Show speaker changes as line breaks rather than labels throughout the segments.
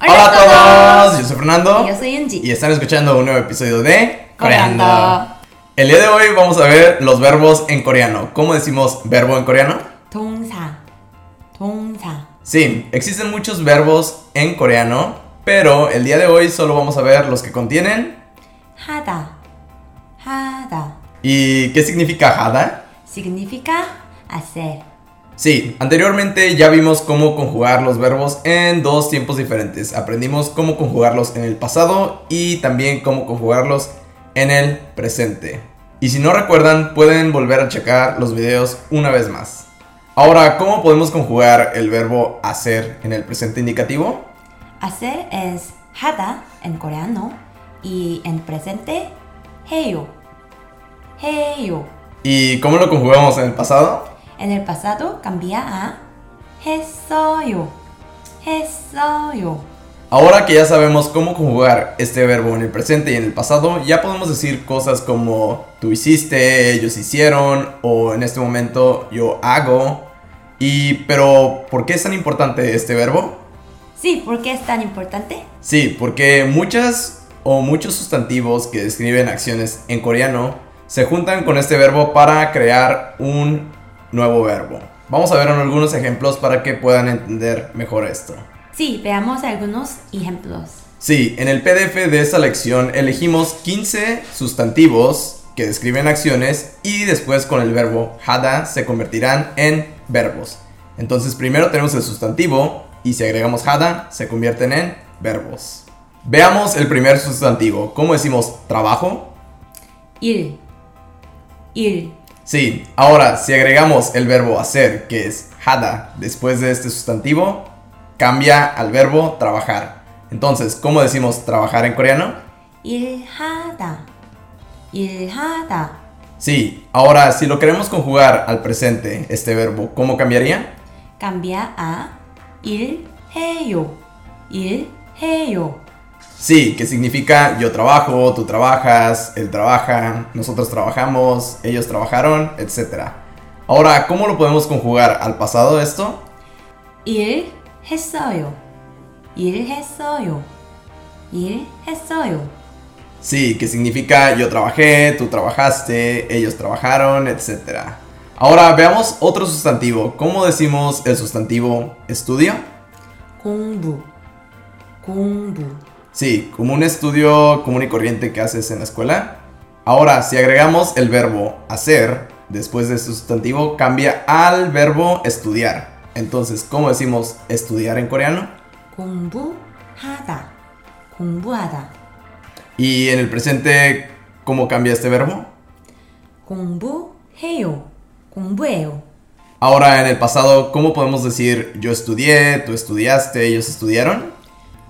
Hola, a todos, yo soy Fernando.
Y yo soy Angie.
Y están escuchando un nuevo episodio de
Coreando.
El día de hoy vamos a ver los verbos en coreano. ¿Cómo decimos verbo en coreano?
동사, 동사.
Sí, existen muchos verbos en coreano, pero el día de hoy solo vamos a ver los que contienen.
하다, 하다.
¿Y qué significa hada?
Significa hacer.
Sí, anteriormente ya vimos cómo conjugar los verbos en dos tiempos diferentes. Aprendimos cómo conjugarlos en el pasado y también cómo conjugarlos en el presente. Y si no recuerdan, pueden volver a checar los videos una vez más. Ahora, ¿cómo podemos conjugar el verbo hacer en el presente indicativo?
Hacer es 하다 en coreano y en presente 해요, 해요.
¿Y cómo lo conjugamos en el pasado?
En el pasado cambia a 아. 했어요, 했어요.
Ahora que ya sabemos cómo conjugar este verbo en el presente y en el pasado, ya podemos decir cosas como tú hiciste, ellos hicieron, o en este momento yo hago. Y, pero, ¿por qué es tan importante este verbo?
Sí, ¿por qué es tan importante?
Sí, porque muchas o muchos sustantivos que describen acciones en coreano se juntan con este verbo para crear un nuevo verbo. Vamos a ver algunos ejemplos para que puedan entender mejor esto.
Sí, veamos algunos ejemplos.
Sí, en el PDF de esta lección elegimos 15 sustantivos que describen acciones y después con el verbo hada se convertirán en verbos. Entonces primero tenemos el sustantivo y si agregamos hada se convierten en verbos. Veamos el primer sustantivo. ¿Cómo decimos trabajo?
일, 일.
Sí, ahora si agregamos el verbo hacer, que es hada, después de este sustantivo, cambia al verbo trabajar. Entonces, ¿cómo decimos trabajar en coreano?
일하다, 일하다.
Sí, ahora si lo queremos conjugar al presente, este verbo, ¿cómo cambiaría?
cambia a 아, 일해요, 일해요.
Sí, que significa yo trabajo, tú trabajas, él trabaja, nosotros trabajamos, ellos trabajaron, etc. Ahora, ¿cómo lo podemos conjugar al pasado esto?
일했어요, 일했어요, 일했어요.
Sí, que significa yo trabajé, tú trabajaste, ellos trabajaron, etc. Ahora veamos otro sustantivo. ¿Cómo decimos el sustantivo estudio?
공부, 공부.
Sí, como un estudio común y corriente que haces en la escuela. Ahora, si agregamos el verbo hacer después de este sustantivo, cambia al verbo estudiar. Entonces, ¿cómo decimos estudiar en coreano?
공부하다, 공부하다.
Y en el presente, ¿cómo cambia este verbo?
공부해요, 공부해요.
Ahora, en el pasado, ¿cómo podemos decir yo estudié, tú estudiaste, ellos estudiaron?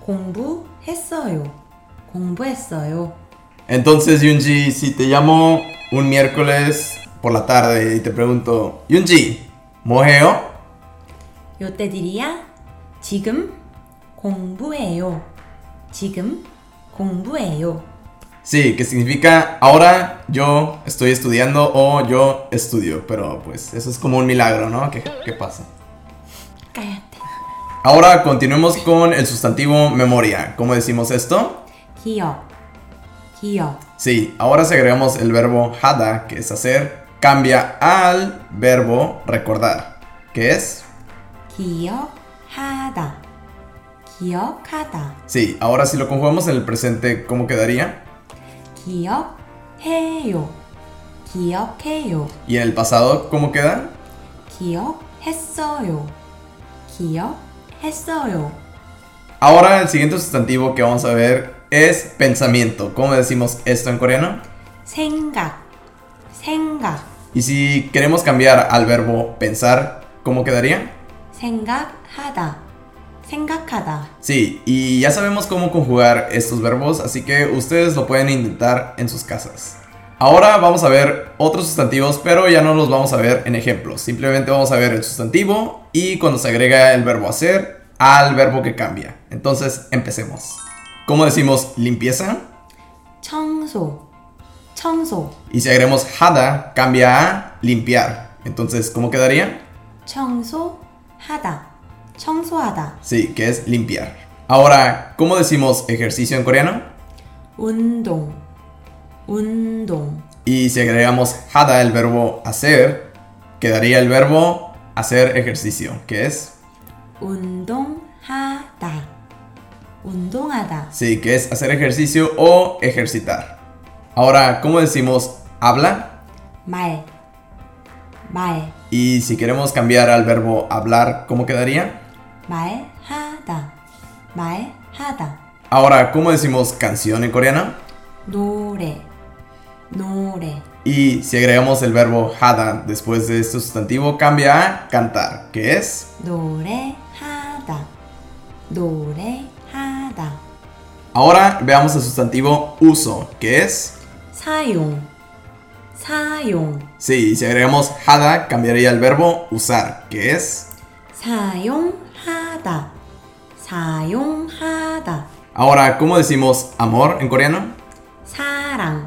공부했어요, 공부했어요.
Entonces, Yunji, si te llamo un miércoles por la tarde y te pregunto, Yunji, ¿mojeo?
요때 diría 지금 공부해요. 지금 공부해요.
Sí, que significa ahora yo estoy estudiando o yo estudio, pero pues eso es como un milagro, ¿no? ¿Qué, qué pasa?
까야테.
Ahora continuemos con el sustantivo memoria. ¿Cómo decimos esto?
기억. 기억.
Sí, ahora si agregamos el verbo hada, que es hacer, cambia al verbo recordar, que es
기억하다. 기억하다.
Sí, ahora si lo conjugamos en el presente, ¿cómo quedaría?
기억해요. 기억해요.
Y en el pasado, ¿cómo queda?
기억했어요. 기억했어요.
Ahora el siguiente sustantivo que vamos a ver es pensamiento. ¿Cómo decimos esto en coreano?
생각. 생각.
Y si queremos cambiar al verbo pensar, ¿cómo quedaría?
생각하다. 생각하다.
Sí, y ya sabemos cómo conjugar estos verbos, así que ustedes lo pueden intentar en sus casas. Ahora vamos a ver otros sustantivos, pero ya no los vamos a ver en ejemplos. Simplemente vamos a ver el sustantivo y cuando se agrega el verbo hacer al verbo que cambia. Entonces, empecemos. ¿Cómo decimos limpieza?
청소. 청소.
Y si agregamos hada, cambia a limpiar. Entonces, ¿cómo quedaría?
청소하다. 청소하다.
Sí, que es limpiar. Ahora, ¿cómo decimos ejercicio en coreano?
운동, 운동,
Y si agregamos hada el verbo hacer, quedaría el verbo hacer ejercicio, que es
운동하다, 운동하다,
sí, que es hacer ejercicio o ejercitar. Ahora, ¿cómo decimos habla?
말, 말,
Y si queremos cambiar al verbo hablar, ¿cómo quedaría?
말하다, 말하다,
Ahora, ¿cómo decimos canción en coreano?
노래, 노래,
Y si agregamos el verbo hada después de este sustantivo, cambia a cantar, que es.
노래하다, 노래하다,
Ahora veamos el sustantivo uso, que es.
사용, 사용,
Sí, si agregamos hada, cambiaría el verbo usar, que es.
사용하다, 사용하다.
Ahora, ¿cómo decimos amor en coreano?
사랑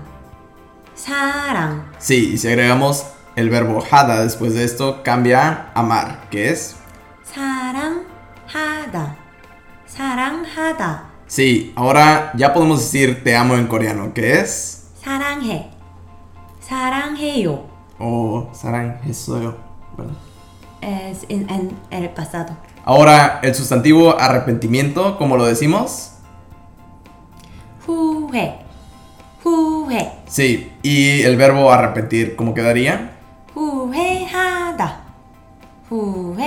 사랑
Sí, y si agregamos el verbo hada después de esto, cambia a amar, que es.
사랑하다 사랑하다
Sí, ahora ya podemos decir te amo en coreano, que es.
사랑해 사랑해요
O sarang hesoyo, ¿verdad?
as in an el pasado
Ahora, el sustantivo arrepentimiento, ¿cómo lo decimos?
후회 후회
Sí, y el verbo arrepentir, ¿cómo quedaría?
후회하다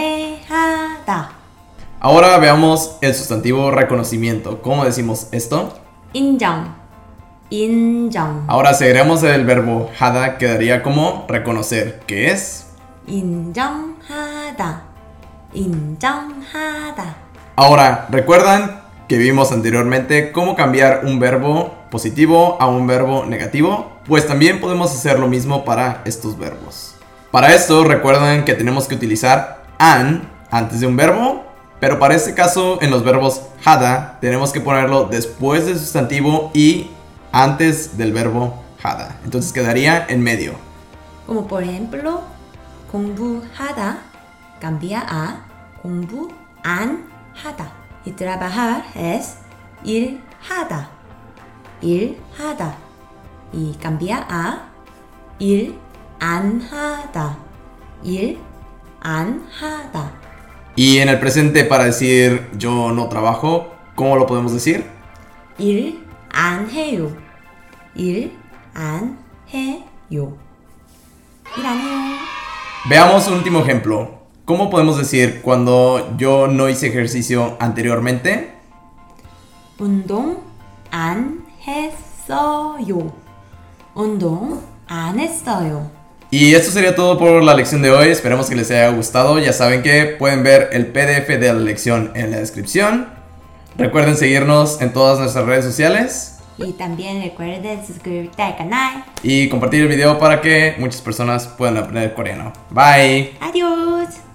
후회하다
Ahora veamos el sustantivo reconocimiento, ¿cómo decimos esto?
인정 인정
Ahora, si agregamos el verbo hada, quedaría como reconocer, que es.
인정하다 인정하다
Ahora, ¿recuerdan que vimos anteriormente cómo cambiar un verbo positivo a un verbo negativo? Pues también podemos hacer lo mismo para estos verbos. Para esto, recuerden que tenemos que utilizar an antes de un verbo, pero para este caso, en los verbos hada, tenemos que ponerlo después del sustantivo y antes del verbo hada. Entonces quedaría en medio.
Como por ejemplo, 공부하다 cambia a 공부 안 하다. Y trabajar es 일하다. 일하다. Y cambia a 일 안 하다. 일안 하다.
Y en el presente, para decir yo no trabajo, ¿cómo lo podemos decir?
일 안 해요. 일 안 해요. 일 안 해요.
Veamos un último ejemplo. ¿Cómo podemos decir cuando yo no hice ejercicio anteriormente?
운동 안 했어요. 운동 안 했어요.
Y esto sería todo por la lección de hoy. Esperemos que les haya gustado. Ya saben que pueden ver el PDF de la lección en la descripción. Recuerden seguirnos en todas nuestras redes sociales
Y también recuerden suscribirte al canal.
y compartir el video para que muchas personas puedan aprender coreano. Bye.
Adiós.